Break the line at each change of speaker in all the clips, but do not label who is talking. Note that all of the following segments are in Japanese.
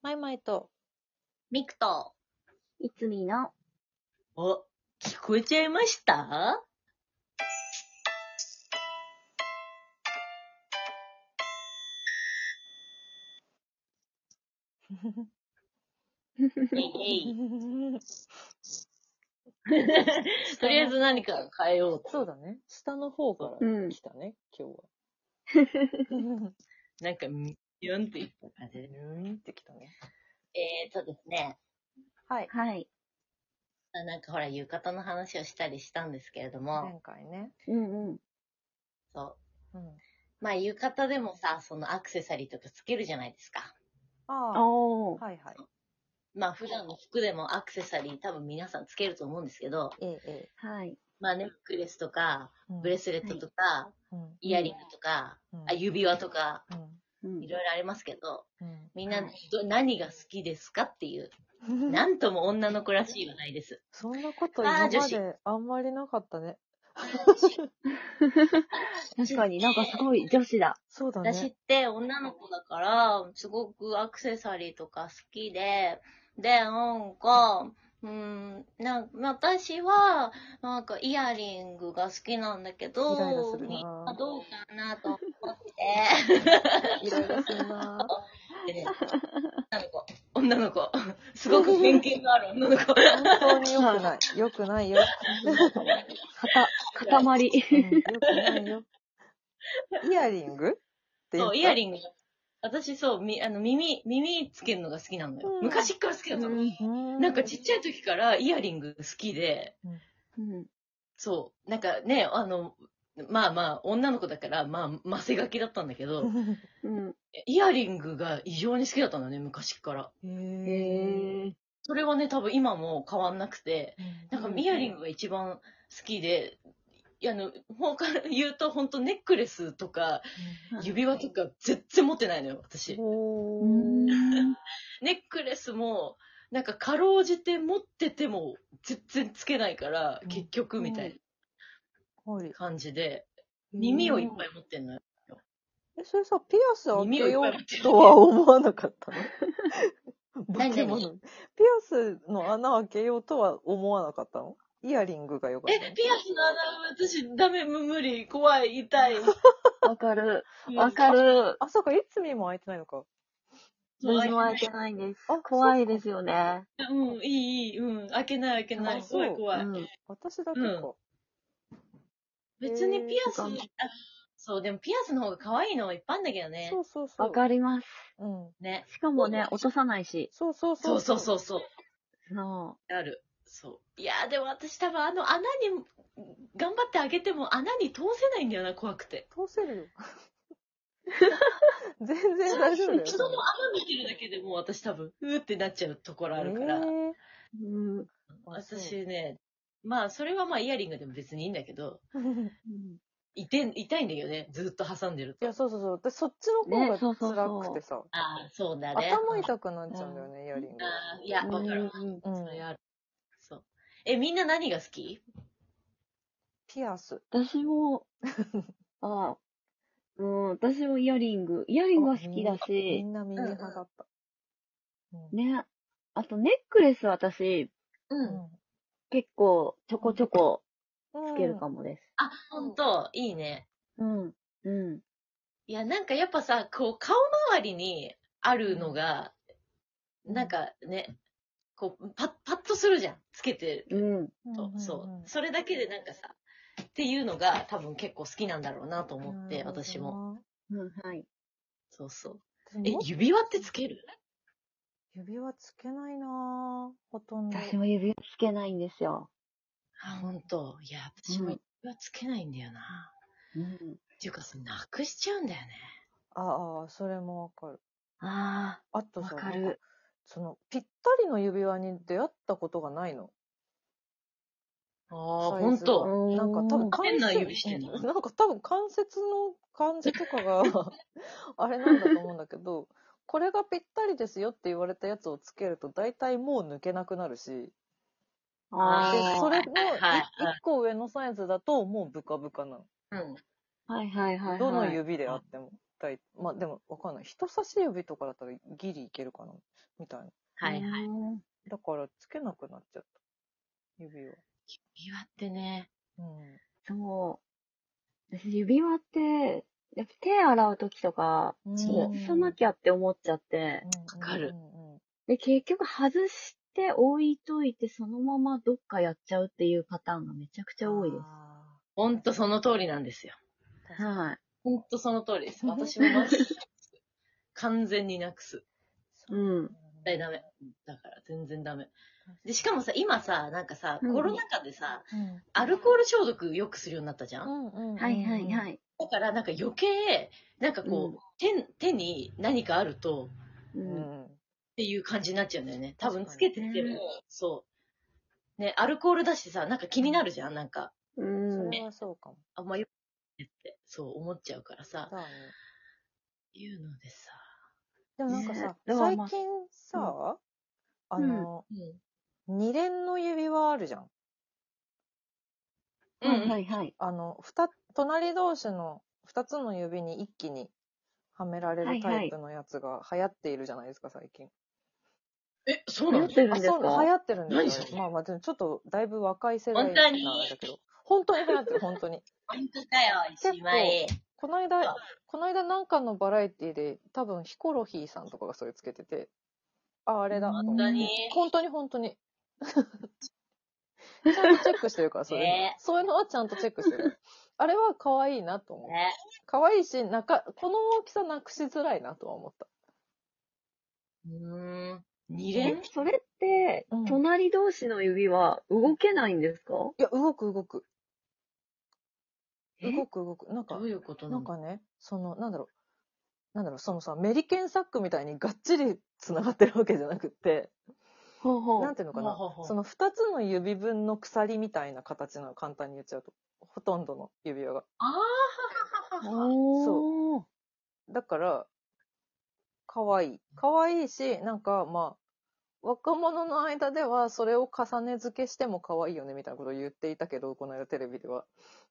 マイマイと、
ミクト。
いつみの。
お、聞こえちゃいましたえ いとりあえず何か変えよう
そう
と。
だね。下の方か
う
ら
ん
来たね、今日 は。
なんか、ミュンって言った感じで。
ぬーんって来たね。
えーとですね、
はい。
はい。
あなんかほら、浴衣の話をしたりしたんですけれども、
前回ね。
うんうん。
そ
うん。
う。まあ、浴衣でもさ、そのアクセサリーとかつけるじゃないですか。
ああ。
おー。
はいはい。
まあ、普段の服でもアクセサリー多分皆さんつけると思うんですけど、
ええ、え
はい。
まあ、ネックレスとか、
え。
ブレスレットとか、
うん。
イヤリングとか、あ指輪とか、
うん。
うん
いろいろありますけど、
うん。
みんな
はい
ど何が好きですかっていう、
うん。
なんとも女の子らしい話題です。
そんなこと今
あー女
ま
子
であんまりなかったね。
確かになんかすごい女子だ。
そうだ
私
ね
っ。て女の子だから、すごくアクセサリーとか好きで、で、なんか、うん、なん私は、なんかイヤリングが好きなんだけど、
イライラする
みんな
な
どうかなと思って、
イライラするな
でね女 の子、女の子、すごく偏見がある女の子。
本当に良く ない。良くないよ。
かた、塊。
うん良くないよ。イヤリングって
そう、イヤ
リン
リング。私そう、み、あの、耳、耳つけるのが好きなのよ。
うん
昔っから好きなの。
うん
グ
なんかちっちゃい時からイヤリング好きで、
うん
そう、なんかね、あの、まあまあ、女の子だから、まあ、マセガキだったんだけど、
うん。
イヤリングが異常に好きだったんだね、昔っから。
へえ。
へー。
それはね、多分今も変わんなくて、なんか
うん
イヤリングが一番好きで、いや、あの、他から言うと、本当ネックレスとか、指輪とか、全然持ってないのよ、私。
お
う
ー。
ん。
ネックレスも、なんかかろうじて持ってても全然つけないから
う、ん
結局みたい
はい
な。感じで、耳をいっぱい持ってんのよ。
え、それさ、ピアス開
耳
け
をいっ
よ
ぱいう持ってる
と。は思わなかったの不器
何
用なピアスの穴開けようとは思わなかったのイヤリングがよか
え
ったの、
ピアスの穴、私、ダメ、無無理、怖い、痛い。
わかる。わかる。
あ、そうか、いつみも開いてないのか。
私も
怖い
開けないんです
あ。
怖いですよね。
うん、いい、いい、うん、開けない、開けない。
あそう
怖い、怖い。
うん
私だけ
うん
か。
別にピアス、
へー
あそう、でもピアスの方が可愛いのはいっぱいあんだけどね
そ。うそうそう。
わかります。
うん。
ね。
しかもね、落とさないし。
そうそうそ
そう
う。
そうそうそう。
そ
ある。そう。いやー、でも私多分あの穴に、頑張って開けても穴に通せないんだよな、怖くて。
通せるよ。全然大丈夫だよ。
人の穴見てるだけでもう私多分、うーってなっちゃうところあるから。
えー
う。うん。
あそう
私ね、まあそれはまあイヤリングでも別にいいんだけど、
うん
いて痛いんだよね、ずっと挟んでる
い
と。
や、そうそうそう。私、そっちの方が
ねそうそうそう
辛くてさ。
ああ、そうだね。
頭痛くなっちゃうんだよね、イヤリング。
あーいや、わかる。
うん
う
そ
ん
れ。ある。そう。え、みんな何が好き
ピアス。
私も、あうん、私もイヤリング。イヤリングは好きだ
み
し、
んな耳派だった。うん
ね。あとネックレス私、
う
うん。
結構ちょこちょこ
うん
つけるかもです。
あ、ほんと、いいね。
うん。うん。
いや、なんかやっぱさ、こう、顔周りにあるのが、なんかね、こう、パッ、パッとするじゃん。つけてる
うん。
と。
うん
そう。それだけでなんかさ、っていうのが多分結構好きなんだろうなと
うん
思って、私も。。
うん、はい。
そうそう。
うん
え
私も、
指輪ってつける
指輪つけないなぁほとんど。
私も指輪つけないんですよ。
あ、ほんと。いや、私も
うん
指輪つけないんだよな。
うん。
っていうか、それなくしちゃうんだよね。
ああ、それもわかる。
あ
あとさ、
わかる
なんその、ぴったりの指輪に出会ったことがないの。
あ
サイ
あ、
ズ
ほん
あ。
と。
う
なんか多分
か
関
変
節、
な指してんの
うん なんか多分関節の感じとかが、 あれなんだと思うんだけど、これがぴったりですよって言われたやつをつけると大体もう抜けなくなるし、で
あー
それの1
はいはいはい
個上のサイズだともうブカブカなの。
うん。
はいはいはいはい。
どの指であっても。体、まあでもわかんない。人差し指とかだったらギリいけるかなみたいな。
はいはい。
い。
だからつけなくなっちゃった。指を。
指輪ってね、
うん。
そう。私、指輪って、やっぱ手洗うときとか、
うん
もう、さなきゃって思っちゃって、
わ
かる
うんうん
で、結局外して置いといて、そのままどっかやっちゃうっていうパターンがめちゃくちゃ多いです。
あ
ほんとその通りなんですよ。
ー確かに
はい。
ほんとその通りです。私もなくす。完全になくす。
そう
うん。
だよね
ダメ。だから全然ダメ。で、しかもさ、今さ、なんかさ、
うん
コロナ禍でさ、
うん
アルコール消毒よくするようになったじゃん、
うんうんうん。
はいはいはいい。
だからなんか余計、なんかこう、
うん
手、手に何かあると、
う。
うんん。
っていう感じになっちゃうんだよね。多分つ
確か
け
に
てても、
ね
そう。ね、アルコールだしさ、なんか気になるじゃんなんか、
う
そ
ん。
れはそうかも。
あんまよくないって、そう思っちゃうからさ、
だね。
いうのでさ、
でもなんかさ
ね、でも
最
まあ
近さ、あ
うん
の、
うん。
二連の指輪あるじゃん。
うん
は、い
うん
はいはい。
あの、二つ、隣同士の二つの指に一気にはめられ
はい
る
はい
タイプのやつが流行っているじゃないですか、最近。
え、そう
流
なの
行ってるん
あ、
です
そうなの、流
か
行ってるんです
何そ
よ。
れ
まあまあ、でもちょっとだいぶ若い世代
本
な
当
ん
に
だけど。本当に流行ってる、本当に。
本当だよ、一枚。
この間、この間なんかのバラエティで、多分ヒコロヒーさんとかがそれつけてて、あ、あれだ。
本当に。
本当に本当 に。ちゃんとチェックしてるから、それ。
ね
そういうのはちゃんとチェックしてる。あれは可愛いなと思う。
ね。
可愛いし、なか、この大きさなくしづらいなとは思った。
うーん。二
え
連、
それって
うん、
隣同士の指は動けないんですか
いや、動く動く。
え
動く動く。なんか
ど、ういうことな
なん
の
かね、その、なんだろう。なんだろう、そのさ、メリケンサックみたいにがっちり繋がってるわけじゃなくって、
ほうほ
なん
う。
ていうのかな
ほうほうほ。う
その二つの指分の鎖みたいな形なの、簡単に言っちゃうと。ほとんどの指輪が。
あ
おー。
だから、可愛い。可愛いし、なんか、まあ、若者の間ではそれを重ね付けしても可愛いよねみたいなことを言っていたけど、この間テレビでは。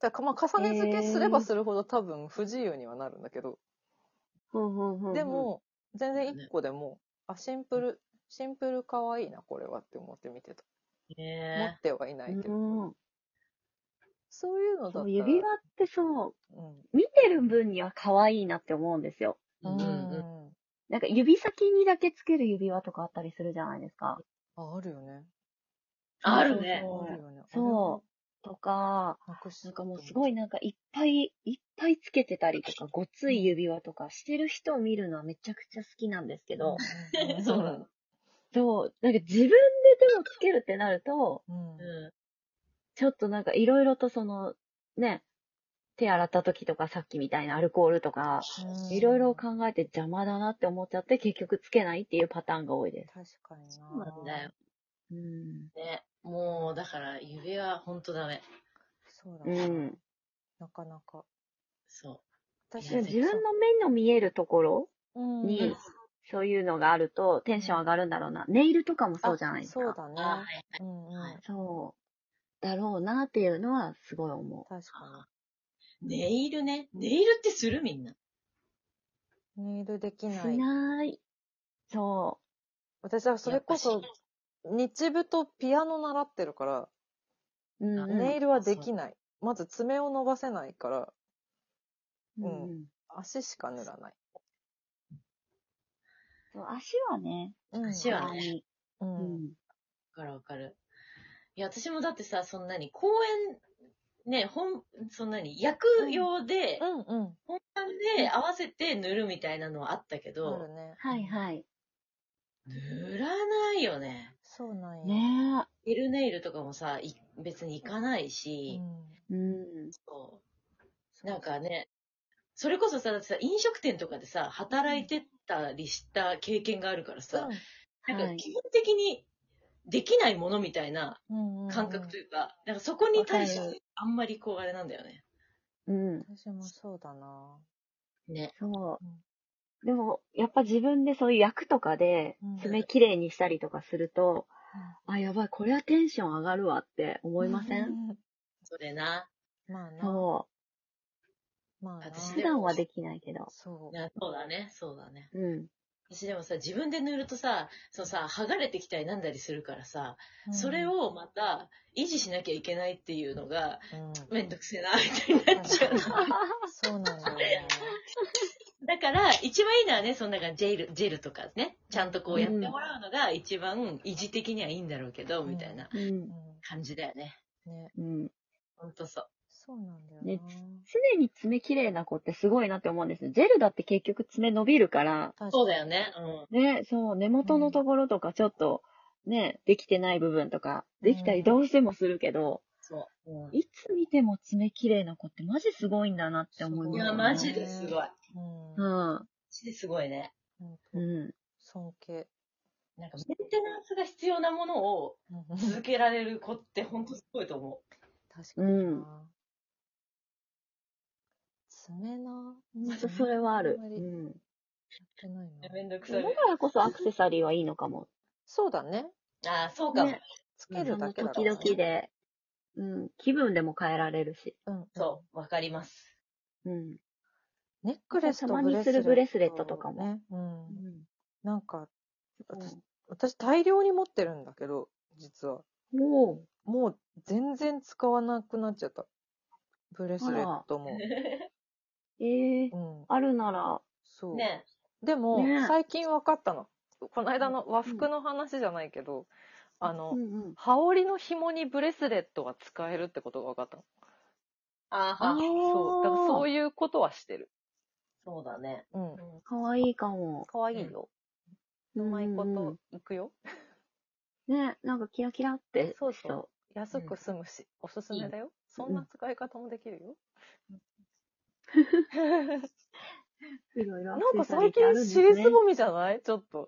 だから、まあ、重ね付けすればするほど多分不自由にはなるんだけど、
ほうほうほうほう
で、も、全然一個でも、あ、シンプル、シンプル可愛いな、これはって思って見てた。
ー。
持
ね
ってはいないけど。
うん
そういうのだ
そ
っ
う
たら。
指輪ってそう、
うん。
見てる分には可愛いなって思うんですよ。
え。う
うん
うん。
ん。
なんか指先にだけつける指輪とかあったりするじゃないですか。
あ、あるよね。
あるね。
そう
あるよね。
そとか、
う。なくし
なんかもうすごいなんかいっぱいいっぱいつけてたりとか、ごつい指輪とかしてる人を見るのはめちゃくちゃ好きなんですけど、
うん
そうなの
そう、なんか自分で手をつけるってなると、
うん
う
ちょっとなんかいろいろとその、ね、手洗った時とかさっきみたいなアルコールとか、
うん
いろいろ考えて邪魔だなって思っちゃって結局つけないっていうパターンが多いです。
確かにな。そ
ん。なんだよ。。
うん。
ね。もう、だから、指輪ほんとダメ。
そうだ
う
ね。
ん。
なかなか。
そ
私
いや
自分の目の見えるところ
の
に、そういうのがあるとテンション上がるんだろうな。ネイルとかもそうじゃないですか。
そうだ
う。あ
ね。
はい。
うんうん。
はい
そう。だろうなっていうのはすごい思
確か
ネイルね。ネイルってするみんな。
に。ネイルでき
う。
な
し
い。
ない。そ
私はそれこそ、日舞とピアノ習ってるから、
う。うん、うん。
ネイルはできない。まず爪を伸ばせないから、うん
うん
足しか塗らない。
そう足はね、
うん
足はね
ね。
う。
うんん。
わかるわかる。いや、私もだってさ、そんなに公演、ね、本、そんなに役用で、
うんうん。
本番で合わせて塗るみたいなのはあったけ
あ
ど
る、ね。
はいはい。
塗らないよね。
そうなんや。
ね
エルネイルとかもさ、い別に行かないうし、
ん。
え。うん。
そうなんかね、それこそさ、だってさ、飲食店とかでさ、働いてたりした経験があるからさ、なん
は
か
い
基本的にできないものみたいな
うん。
感覚と
いう
いうか、なんかそこに対し
わか
てあんまりこうあれなんだよね。
うん。
私もそうだな。
ね。
そうう。でも、やっぱ自分でそういう役とかで
うん、
爪きれいにしたりとかすると、あ、やばい、これはテンション上がるわって思いません、
う
それな。
まあな。
そ
まあな、
私
普段はできないけど。
そう。
なそうだね、そうだね。
うん。
私でもさ、自分で塗るとさ、そのさ、剥がれてきたりなんだりするからさ、
うん
それ、をまた維持しなきゃいけないっていうのが、
うん
めんどくせえな、みたいになっちゃうの。
そうなんだよね。
だから、一番いいのはね、そのなんかジェル、ジェルとかね、ちゃんとこうやってもらうのが一番維持的にはいいんだろうけど、
うん
みたいな
うん。
う
感じだよね。
ん、ね、
うん。
ほんとそう。
そうなんだよ
ね
な。
常に爪綺麗な子ってすごいなって思うんですよ。ジェルだって結局爪伸びるから、
確かに
そうだよね。うん。
ね、そう、根元のところとかちょっと、ね、できてない部分とか、できた
う
り
ん
どうしてもするけど、
そう。うん
いつ見ても爪綺麗な子ってマジすごいんだなって思い
そ
いう
ます
だ
や、
ね
マジですごい。マ
うん
う。ん。
ジですごいね。
本当
うん。
尊 敬。
なんか、メンテナンスが必要なものを
うん
続けられる子ってほんとすごいと思。
確かにな。爪な。
まずそれはある。
あんま
う
りや
ん。
ってないうな。
めんどくさ
だ
い
か。らこそアクセサリーはいいのかも。
そうだね。
ああ、そうかも
ね。
つけ
そ
るだ
の
けだ
時
から
々
ね。
で、うん、気分でも変えられるし。
うん。
そう、わかります。
うん。
うん。ネックレスと
たまにするブレスレットとかも
ね。う。
うんん。
なんか、私私大量に持ってるんだけど、実は。
もう、
もう全然使わなくなっちゃった。ブレスレットも。
ええ
うん。
あるなら、
そう。
ね
でも、
ね
最近分かったの。この間の和服の話じゃないけど、あの、
うんうん。
羽織の紐にブレスレットが使えるってことが分かったの。
ああ
ああ、
は、
そう。だからそう
いう。
いうことはしてる。
そうだね。
うん。
うん
かわいいかも。
かわいいよ。うまいこといくよ。
うんうん。ね、なんかキラキラって。
そう
し
そう
そ
安く済むし、おすすめだよ。そんな使い方もできるよ。
う。いろいろ
なんか最近尻すぼみじゃないちょっと。